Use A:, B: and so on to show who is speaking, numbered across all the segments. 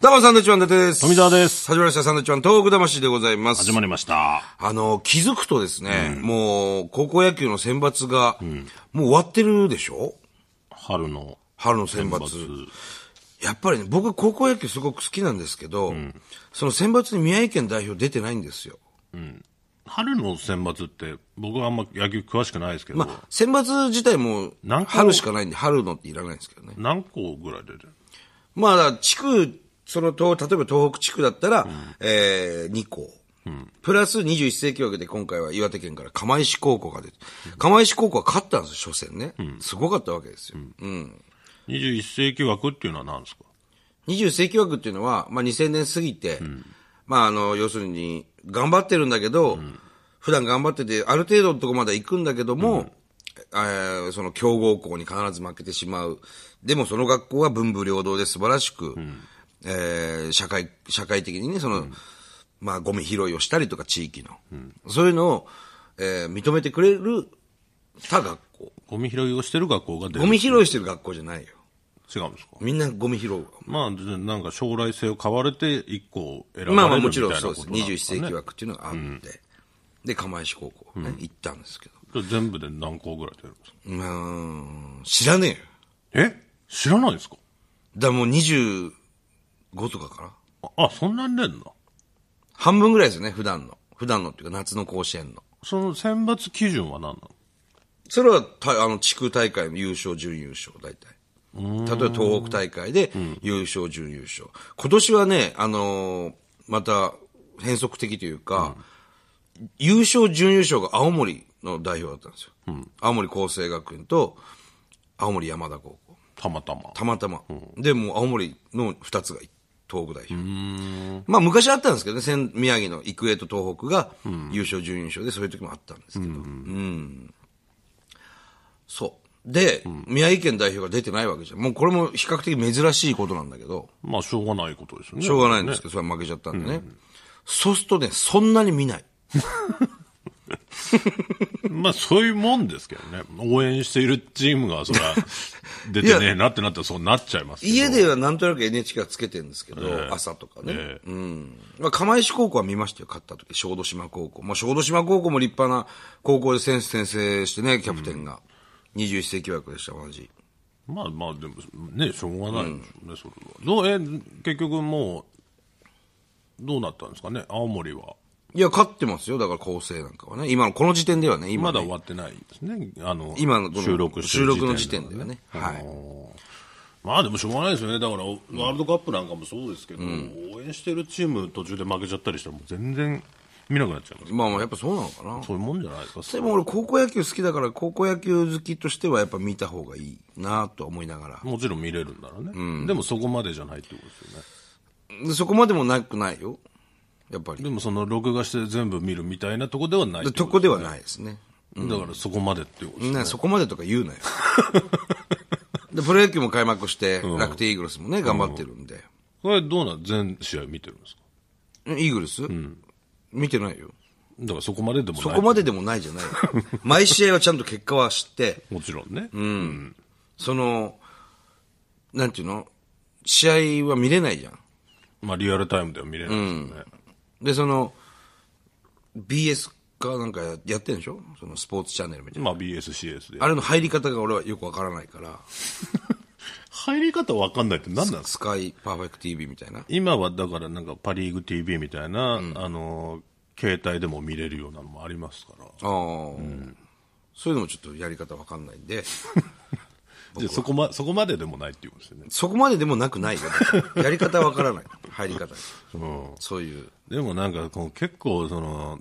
A: どうも、サンドウィッチマン伊達です。
B: 富澤です。
A: 始まりました、サンドウィッチマン東北魂でございます。
B: 始まりました。
A: あの、気づくとですね、もう、高校野球の選抜が、もう終わってるでしょ
B: 春の
A: 春の選抜。
B: 抜
A: やっぱりね、僕高校野球すごく好きなんですけど、その選抜に宮城県代表出てないんですよ。
B: 春の選抜って、僕はあんま野球詳しくないですけど、
A: まあ、選抜自体も
B: 何、校
A: 春しかないんで、春のっていらないんですけどね。
B: 何校ぐらい出てる
A: まあ、だから地区、その東、例えば東北地区だったら、えー、2校。プラス21世紀枠で今回は岩手県から釜石高校が出て、釜石高校は勝ったんですよ、初戦ね。すごかったわけですよ。
B: ?21 世紀枠っていうのは何ですか
A: 20世紀枠っていうのは、まあ、2000年過ぎて、まあ、あの、要するに、頑張ってるんだけど、普段頑張ってて、ある程度のとこまで行くんだけども、えーその強豪校に必ず負けてしまう。でもその学校は文武両道で素晴らしく、えー社会、社会的にね、その、まあ、ゴミ拾いをしたりとか、地域の。そういうのを、えー認めてくれる、た学校。
B: ゴミ拾いをしてる学校が出る。
A: ゴミ拾いしてる学校じゃないよ。
B: 違うんですか
A: みんなゴミ拾う。
B: まあ、全然なんか将来性を買われて1校選ばれるみたいなこと
A: まあまあもちろんそうです。
B: なん
A: 21
B: ですか
A: 世
B: ね
A: 紀枠っていうのがあって、で、釜石高校ね、行ったんですけど。
B: じゃあ全部で何校ぐらい出るんですか
A: うーん、知らねえよ。
B: え知らないですか
A: だからもう25とかかな。
B: あ、あそんなに出るんだ。
A: 半分ぐらいですよね、普段の。普段のっていうか夏の甲子園の。
B: その選抜基準は何なの
A: それはた、あの、地区大会の優勝、準優勝、大体。例えば東北大会で優勝、準優勝。今年はね、あのーまた変則的というか、優勝、準優勝が青森の代表だったんですよ。青森厚生学院と青森山田高校。
B: たまたま。
A: たまたま。で、もう青森の二つが東北代表。まあ昔あったんですけどね、仙宮城の育英と東北が優勝、準優勝で、そういう時もあったんですけど。うんそう。で、宮城県代表が出てないわけじゃん。もうこれも比較的珍しいことなんだけど、
B: まあ、しょうがないことですよね。
A: しょうがないんですけど、それは負けちゃったんでね。そうするとね、そんなに見ない。
B: まあそういうもんですけどね。応援しているチームが、そら、出てねえなってなったらそうなっちゃいますけど。
A: 家ではなんとなく NHK はつけてるんですけど、朝とかね。
B: ええ
A: まあ、釜石高校は見ましたよ、勝った時。小豆島高校。まあ、小豆島高校も立派な高校で選手転生してね、キャプテンが。21世紀枠でした、同じ。
B: まあまあ、でも、ね、しょうがないでしょうね、それは。どう、え、結局もう、どうなったんですかね、青森は。
A: いや、勝ってますよ、だから構成なんかはね。今の、この時点ではね、今
B: ま
A: ね
B: だ終わってないんですね。あの、
A: 今のこの
B: 収録して
A: 収
B: る
A: 録の時点ではね。
B: あの
A: はい。
B: まあでもしょうがないですよね。だから、ワールドカップなんかもそうですけど、応援してるチーム途中で負けちゃったりしたら、もう全然見なくなっちゃいます。
A: まあまあ、やっぱそうなのかな。
B: そういうもんじゃないですか。
A: でも俺、高校野球好きだから、高校野球好きとしてはやっぱ見た方がいいなとは思いながら。
B: もちろん見れるんだろうね、でもそこまでじゃないってことですよね
A: でそこまでもなくないよ。やっぱり。
B: でもその録画して全部見るみたいなとこではないって
A: で
B: こと
A: こではないですね。
B: とだからそこまでってことですね
A: ね、そこまでとか言うなよ。 で、プロ野球も開幕して、楽天イーグルスもね、頑張ってるんで。
B: これどうなん全試合見てるんですか
A: イーグルス、見てないよ。
B: だからそこまででもない
A: そこまででもないじ ゃないよ。毎試合はちゃんと結果は知って、
B: もちろんね、
A: その、なんていうの試合は見れないじゃん。
B: まあリアルタイムでは見れないですよね、
A: で、その、BS かなんかやってるんでしょそのスポーツチャンネルみたいな。
B: まあ BSCS で
A: あれの入り方が俺はよくわからないから、
B: 入り方わかんないって何なんですか
A: スカイパーフェクト TV みたいな。
B: 今はだからなんかパ・リーグ TV みたいな、あの携帯でも見れるようなのもありますから
A: ああ、そういうのもちょっとやり方わかんないんで、
B: でそこ,、ま、そこまででもないっていうことですよね、
A: そこまででもなくないよ。 やり方わからない。入り方。
B: うん、
A: そういう。
B: でもなんかこう結構その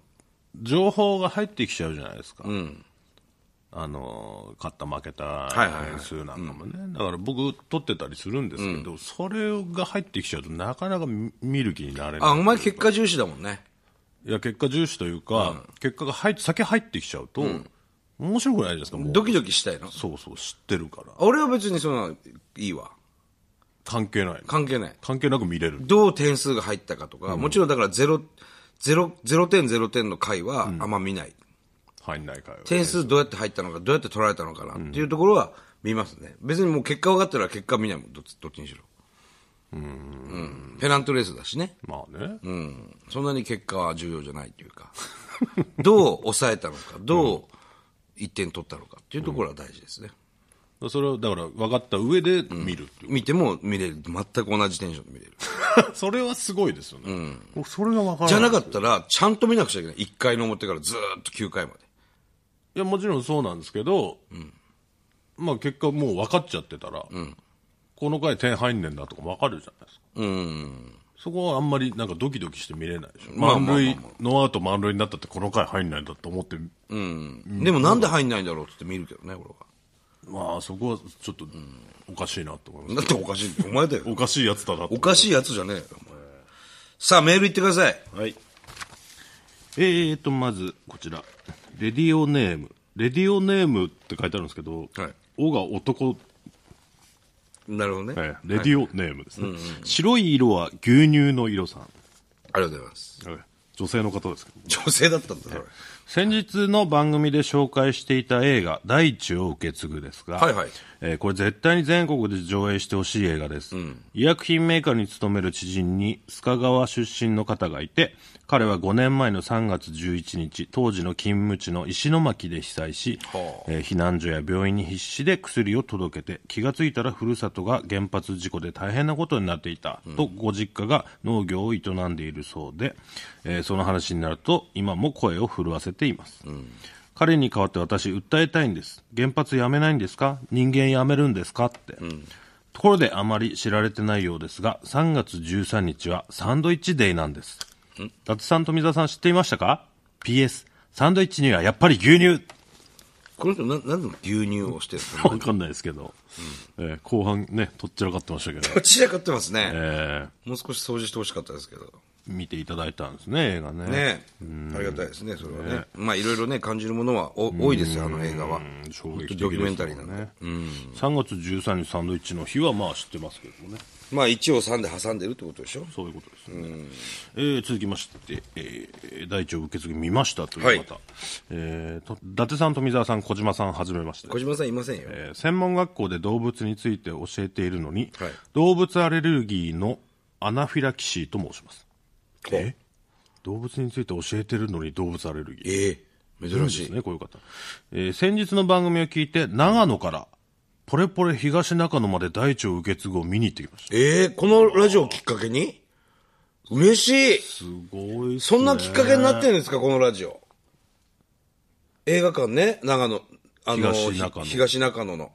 B: 情報が入ってきちゃうじゃないですか、あの勝った負けた
A: いはいはい
B: 点数なんかもね、だから僕取ってたりするんですけど、それが入ってきちゃうとなかなか見見る気になれ
A: あ、
B: な
A: お前結果重視だもんね。
B: いいや結果重視というか、結果が入って先入ってきちゃうと、面白くないじゃないですかもう
A: ドキドキしたいの。
B: そうそう知ってるから
A: 俺は別にその、いいわ。
B: 関係ない
A: 関係ない。
B: 関係なく見れる
A: どう点数が入ったかとか、もちろんだからゼロ、ゼロ、ゼロ点ゼロ点の回はあんま見ない。
B: 入んないから
A: 点数どうやって入ったのか、どうやって取られたのかなっていうところは見ますね。別にもう結果分かってるら結果見ないもん、どっちどっちにしろ。ペナントレースだしね。
B: まあね。
A: うん。そんなに結果は重要じゃないというか、 どう抑えたのか、どう1点取ったのかっていうところは大事ですね。
B: それを、だから分かった上で見るっていう。
A: 見ても見れる。全く同じテンションで見れる。
B: それはすごいですよね。僕それが分からない。
A: じゃなかったら、ちゃんと見なくちゃいけない。1回の表からずーっと9回まで。
B: いや、もちろんそうなんですけど、まあ結果もう分かっちゃってたら、この回点入んねんだとか分かるじゃないですか。そこはあんまりなんかドキドキして見れないでしょ。
A: まあ
B: 満
A: まあまあ
B: 塁、ノーアウト満塁になったってこの回入んないんだと思って、
A: うん。でもなんで入んないんだろうって言って見るけどね、俺は。
B: まあそこはちょっとおかしいなと思います。
A: だっておかしい。お前だよ。
B: おかしいやつだなと
A: おかしいやつじゃねえよ、お前さあ、メール言ってください。
B: はい。えーと、まず、こちら。レディオネーム。レディオネームって書いてあるんですけど、
A: はい
B: おが男、
A: なるほどね。
B: えーレディオネームですね、白い色は牛乳の色さん。
A: ありがとうございます。
B: 女性の方ですけど。
A: 女性だったんだ、それ
B: 先日の番組で紹介していた映画、大地を受け継ぐですが、
A: はいはい
B: えーこれ絶対に全国で上映してほしい映画です、医薬品メーカーに勤める知人に須賀川出身の方がいて、彼は5年前の3月11日、当時の勤務地の石巻で被災し、
A: はあ
B: えー避難所や病院に必死で薬を届けて、気がついたらふるさとが原発事故で大変なことになっていた、とご実家が農業を営んでいるそうで、えーその話になると今も声を震わせています。彼に代わって私訴えたいんです。原発やめないんですか人間やめるんですかって。ところであまり知られてないようですが、3月13日はサンドイッチデイなんです。伊達さん、富澤さん知っていましたか ?PS、サンドイッチにはやっぱり牛乳
A: この人、な、なんで牛乳をしてるの
B: わかんないですけど、えー後半ね、とっちらかってましたけど、
A: どちらかってますね。
B: えー
A: もう少し掃除してほしかったですけど。
B: 見ていただいたんですね、映画ね。
A: ねありがたいですね、それはね。まあ、いろいろね、感じるものはお多いですよ、あの映画は。
B: うん衝撃的です
A: ド
B: よね
A: キュメンタリーなんで。
B: 3月13日サンドイッチの日はまあ知ってますけどもね。
A: まあ、1を3で挟んでるってことでしょ
B: そういうことですね。えー続きまして、えー大地を受け継ぎ見ましたと
A: は
B: いう
A: い
B: 方。えーと伊達さん、富澤さん、小島さん、はじめまして。
A: 小島さんいませんよ。
B: えー専門学校で動物について教えているのに、
A: はい
B: 動物アレルギーのアナフィラキシーと申します。
A: ほう
B: 動物について教えてるのに動物アレルギー。
A: ええ珍し
B: です
A: い。
B: ね、こういう方。えー先日の番組を聞いて、長野から、ポレポレ東中野まで大地を受け継ぐを見に行ってきました。
A: ええこのラジオをきっかけに嬉しい
B: すごいっす
A: そんな
B: ね
A: きっかけになってるんですか、このラジオ。映画館ね、長野。あの、
B: 東中野
A: ひ東中野の。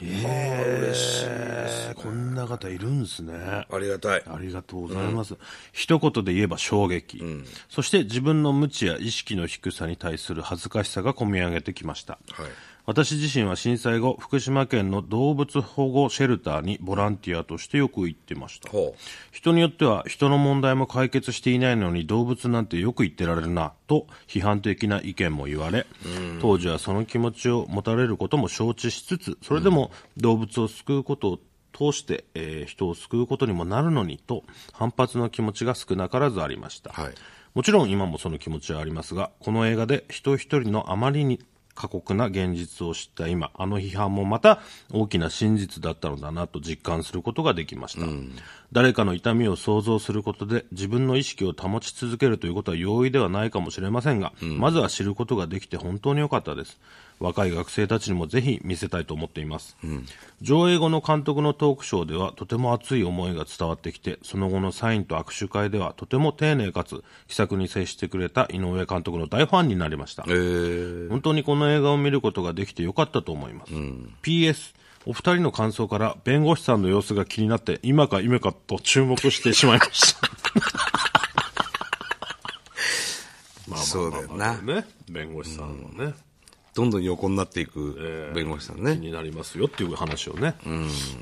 B: えーこんな方いるんですね。
A: ありがたい。
B: ありがとうございます。一言で言えば衝撃、そして自分の無知や意識の低さに対する恥ずかしさが込み上げてきました。
A: はい
B: 私自身は震災後、福島県の動物保護シェルターにボランティアとしてよく行ってました。
A: ほ
B: 人によっては人の問題も解決していないのに動物なんてよく言ってられるなと批判的な意見も言われ、当時はその気持ちを持たれることも承知しつつ、それでも動物を救うことを通して、えー人を救うことにもなるのにと反発の気持ちが少なからずありました。
A: はい
B: もちろん今もその気持ちはありますが、この映画で人一人のあまりに過酷な現実を知った今、あの批判もまた大きな真実だったのだなと実感することができました。誰かの痛みを想像することで自分の意識を保ち続けるということは容易ではないかもしれませんが、まずは知ることができて本当に良かったです。若い学生たちにもぜひ見せたいと思っています、上映後の監督のトークショーではとても熱い思いが伝わってきてその後のサインと握手会ではとても丁寧かつ気さくに接してくれた井上監督の大ファンになりました、
A: う。ええ
B: 本当にこの映画を見ることができてよかったと思います、PS お二人の感想から弁護士さんの様子が気になって今か今かと注目してしまいました
A: そうだよな。
B: ね弁護士さんはね、
A: どんどん横になっていく弁護士さんね。
B: 気になりますよっていう話をね、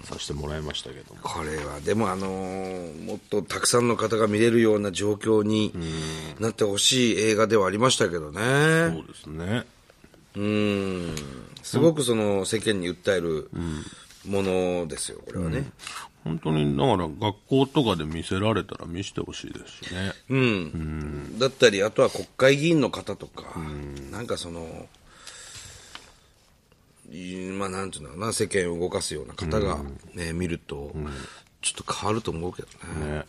B: させてもらいましたけども
A: これは、でもあのーもっとたくさんの方が見れるような状況になってほしい映画ではありましたけどね。
B: そうですね
A: うん。すごくその世間に訴えるものですよ、これはね。
B: 本当にだから学校とかで見せられたら見せてほしいですしね、
A: うん、だったり、あとは国会議員の方とか、なんかその、いまあ、なんていうのかな、世間を動かすような方が、ね見ると、ちょっと変わると思うけどね。
B: ね。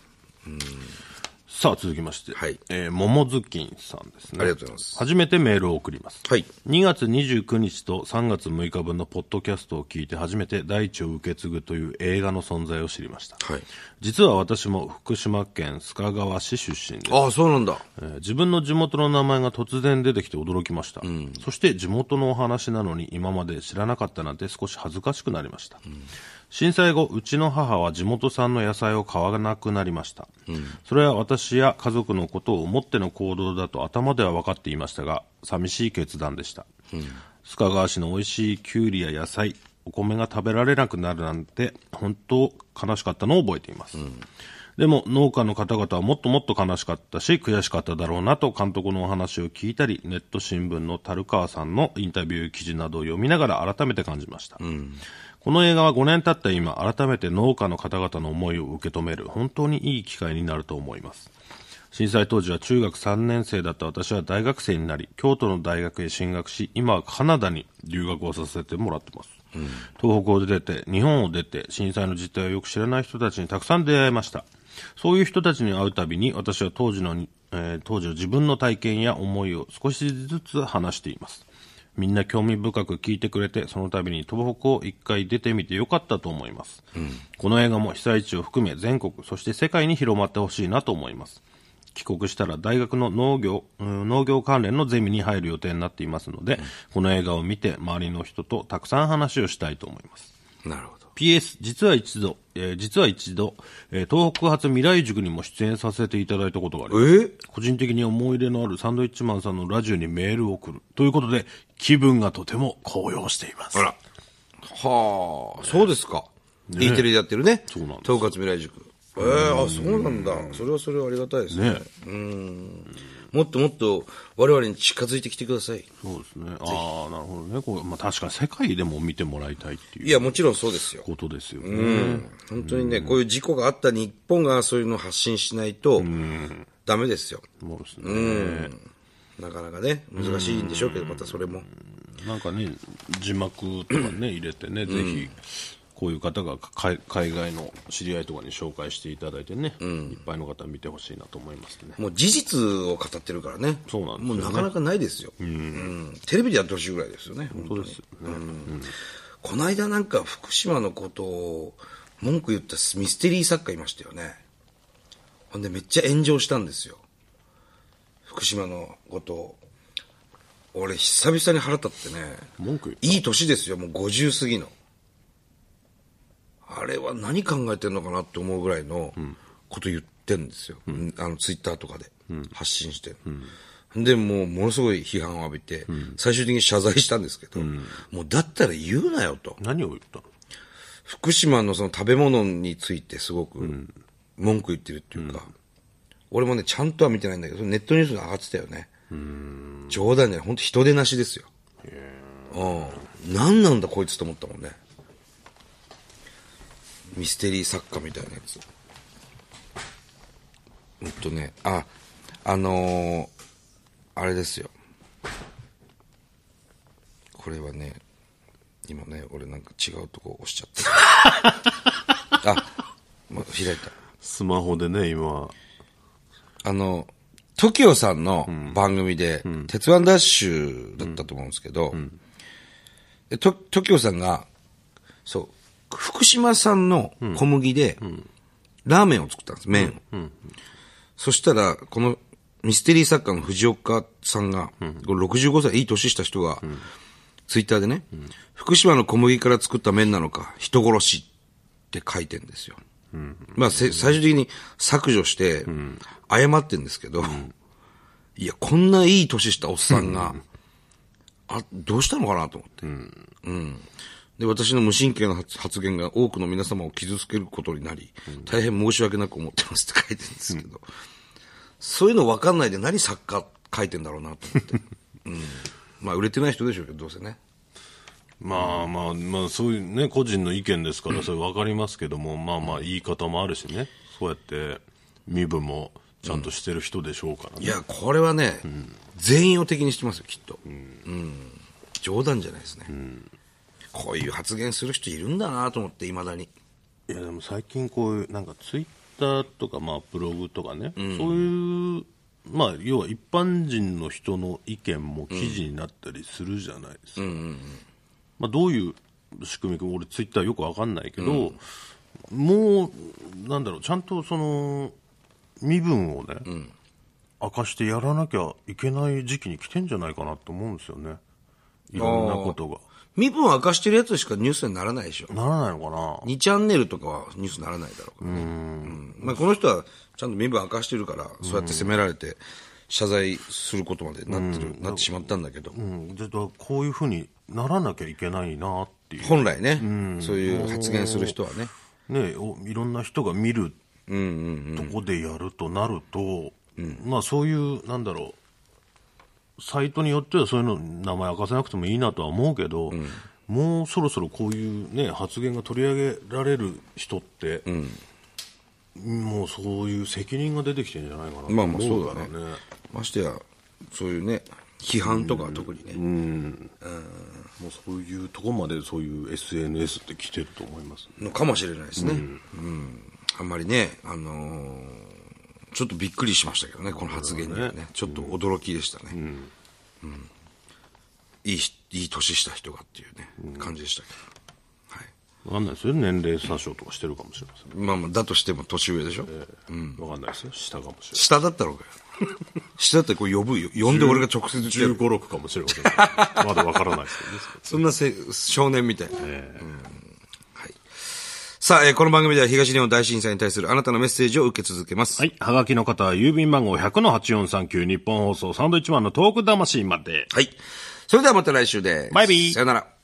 B: さあ、続きまして。
A: はい
B: えー桃ずきんさんですね。
A: ありがとうございます
B: 初めてメールを送ります。
A: はい。
B: 2月29日と3月6日分のポッドキャストを聞いて初めて大地を受け継ぐという映画の存在を知りました。
A: はい。
B: 実は私も福島県須賀川市出身です。
A: ああ、そうなんだ。
B: えー自分の地元の名前が突然出てきて驚きました、そして地元のお話なのに今まで知らなかったなんて少し恥ずかしくなりました、震災後うちの母は地元産の野菜を買わなくなりました、それは私や家族のことを思っての行動だと頭では分かっていましたが寂しい決断でした、須賀川市の美味しいきゅうりや野菜お米が食べられなくなるなんて本当悲しかったのを覚えています、でも農家の方々はもっともっと悲しかったし悔しかっただろうなと監督のお話を聞いたりネット新聞の樽川さんのインタビュー記事などを読みながら改めて感じました、この映画は5年経った今改めて農家の方々の思いを受け止める本当にいい機会になると思います震災当時は中学3年生だった私は大学生になり京都の大学へ進学し今はカナダに留学をさせてもらってます、東北を出て日本を出て震災の実態をよく知らない人たちにたくさん出会いましたそういう人たちに会うたびに私は当時のに、えー当時の自分の体験や思いを少しずつ話していますみんな興味深く聞いてくれて、その度に東北を一回出てみてよかったと思います。この映画も被災地を含め全国、そして世界に広まってほしいなと思います。帰国したら大学の農業、うん農業関連のゼミに入る予定になっていますので、この映画を見て周りの人とたくさん話をしたいと思います。
A: なるほど。
B: PS、実は一度、えー実は一度、えー東北発未来塾にも出演させていただいたことがあります。
A: え
B: 個人的に思い入れのあるサンドイッチマンさんのラジオにメールを送る。ということで、気分がとても高揚しています。
A: あら。はあ、そうですか。E テレでやってるね。
B: そうなんです
A: 統括未来塾。ええあ、そうなんだ。それはそれはありがたいですね。
B: ね、
A: もっともっと我々に近づいてきてください。
B: そうですね。ああ、なるほどね。こうまあ、確かに世界でも見てもらいたいって
A: い
B: いう
A: や、もちろんそうですよ。
B: ことですよね。
A: 本当にね、こういう事故があった日本がそういうのを発信しないと、ダメですよ。
B: そうですね。
A: なかなかね、難しいんでしょうけど、またそれも。
B: なんかね、字幕とかね、入れてね、ぜひ、こういう方が海海外の知り合いとかに紹介していただいてね、いっぱいの方見てほしいなと思いますね。
A: もう事実を語ってるからね。
B: そうなんです
A: もう
B: よね
A: なかなかないですよ。うんテレビでやってほしいぐらいですよね。本当
B: そう
A: に
B: ですよね。
A: この間なんか福島のことを文句言ったミステリー作家いましたよね。ほんでめっちゃ炎上したんですよ。福島のことを。俺久々に腹立ってね。
B: 文句言
A: いい年ですよ、もう50過ぎの。あれは何考えてんのかなって思うぐらいのこと言ってんですよ。あの、ツイッターとかで発信して。で、もう、ものすごい批判を浴びて、最終的に謝罪したんですけど、もう、だったら言うなよと。
B: 何を言ったの
A: 福島のその食べ物についてすごく文句言ってるっていうか、俺もね、ちゃんとは見てないんだけど、ネットニュースで上がってたよね。冗談じゃない、本当人手なしですよ。うん。何なんだこいつと思ったもんね。ミステリー作家みたいなやつ。ほんとね、あ、あのーあれですよ。これはね、今ね、俺なんか違うとこ押しちゃった。あ、ま、開いた。
B: スマホでね、今、
A: あの、TOKIO さんの番組で、鉄腕ダッシュだったと思うんですけど、でと TOKIO さんが、そう、福島産の小麦で、ラーメンを作ったんです、麺を。そしたら、このミステリー作家の藤岡さんが、これ65歳、いい年した人が、ツイッターでね、福島の小麦から作った麺なのか、人殺しって書いてんですよ。まあ、せ最終的に削除して、謝ってんですけど、いや、こんないい年したおっさんが、あ、どうしたのかなと思って。うんで、私の無神経な発発言が多くの皆様を傷つけることになり、大変申し訳なく思ってますって書いてるんですけど、そういうの分かんないで何作家書いてんだろうなと思って。うん、まあ、売れてない人でしょうけど、どうせね。
B: まあまあ、まあ、そういうね、個人の意見ですから、それ分かりますけども、まあまあ、言い方もあるしね、そうやって身分もちゃんとしてる人でしょうからね。
A: いや、これはね、全員を敵にしてますよ、きっと。うん。冗談じゃないですね。こういう発言する人いるんだなと思って、いまだに。
B: いやでも最近こういうなんかツイッターとかまあブログとかね、そういうまあ要は一般人の人の意見も記事になったりするじゃないですか、まあ、どういう仕組みか俺ツイッターよくわかんないけど、もうなんだろうちゃんとその身分をね、明かしてやらなきゃいけない時期に来てんじゃないかなと思うんですよねいろんなことが
A: 身分を明かしてるやつしかニュースにならないでしょ。
B: ならないのかな
A: 2チャンネルとかはニュースにならないだろうからね。うんまあ、この人はちゃんと身分明かしてるから、そうやって責められて、謝罪することまでなってる、なってしまったんだけど、
B: うん、ちょっとこういうふうにならなきゃいけないなっていう、
A: 本来ね、そういう発言する人はね、
B: ね、おいろんな人が見るとこでやるとなると、まあそういう、なんだろう、サイトによってはそういうの名前明かせなくてもいいなとは思うけど、もうそろそろこういう、ね、発言が取り上げられる人って、もうそういう責任が出てきてるんじゃないかなと
A: まあまあ
B: 思う
A: そう
B: か
A: だ
B: らね。
A: ねましてや、そういうね、批判とかは特にね、
B: もうそういうとこまでそういう SNS って来てると思います、
A: のかもしれないですね。うんあんまりね、あのーちょっとびっくりしましたけどね、この発言にはね。ちょっと驚きでしたね。うんいいひ、いい年した人がっていうね、感じでしたけど。
B: わかんないですよ、年齢詐称とかしてるかもしれません、
A: はい。まあまあ、だとしても年上でしょ、
B: わかんないですよ、下かもしれ
A: 下だったろうが よ。下だってこう呼ぶよ。呼んで俺が直接言ってや
B: ない。
A: る。
B: 15、6かもしれませ んから。まだわからないですけどね。
A: そんなせ少年みたいな。
B: ええ
A: はい。さあ、えーこの番組では東日本大震災に対するあなたのメッセージを受け続けます。
B: はい。はがきの方は郵便番号100-8439日本放送サンドイッチマンのトーク魂まで。
A: はい。それではまた来週です。
B: バイビー
A: さよなら。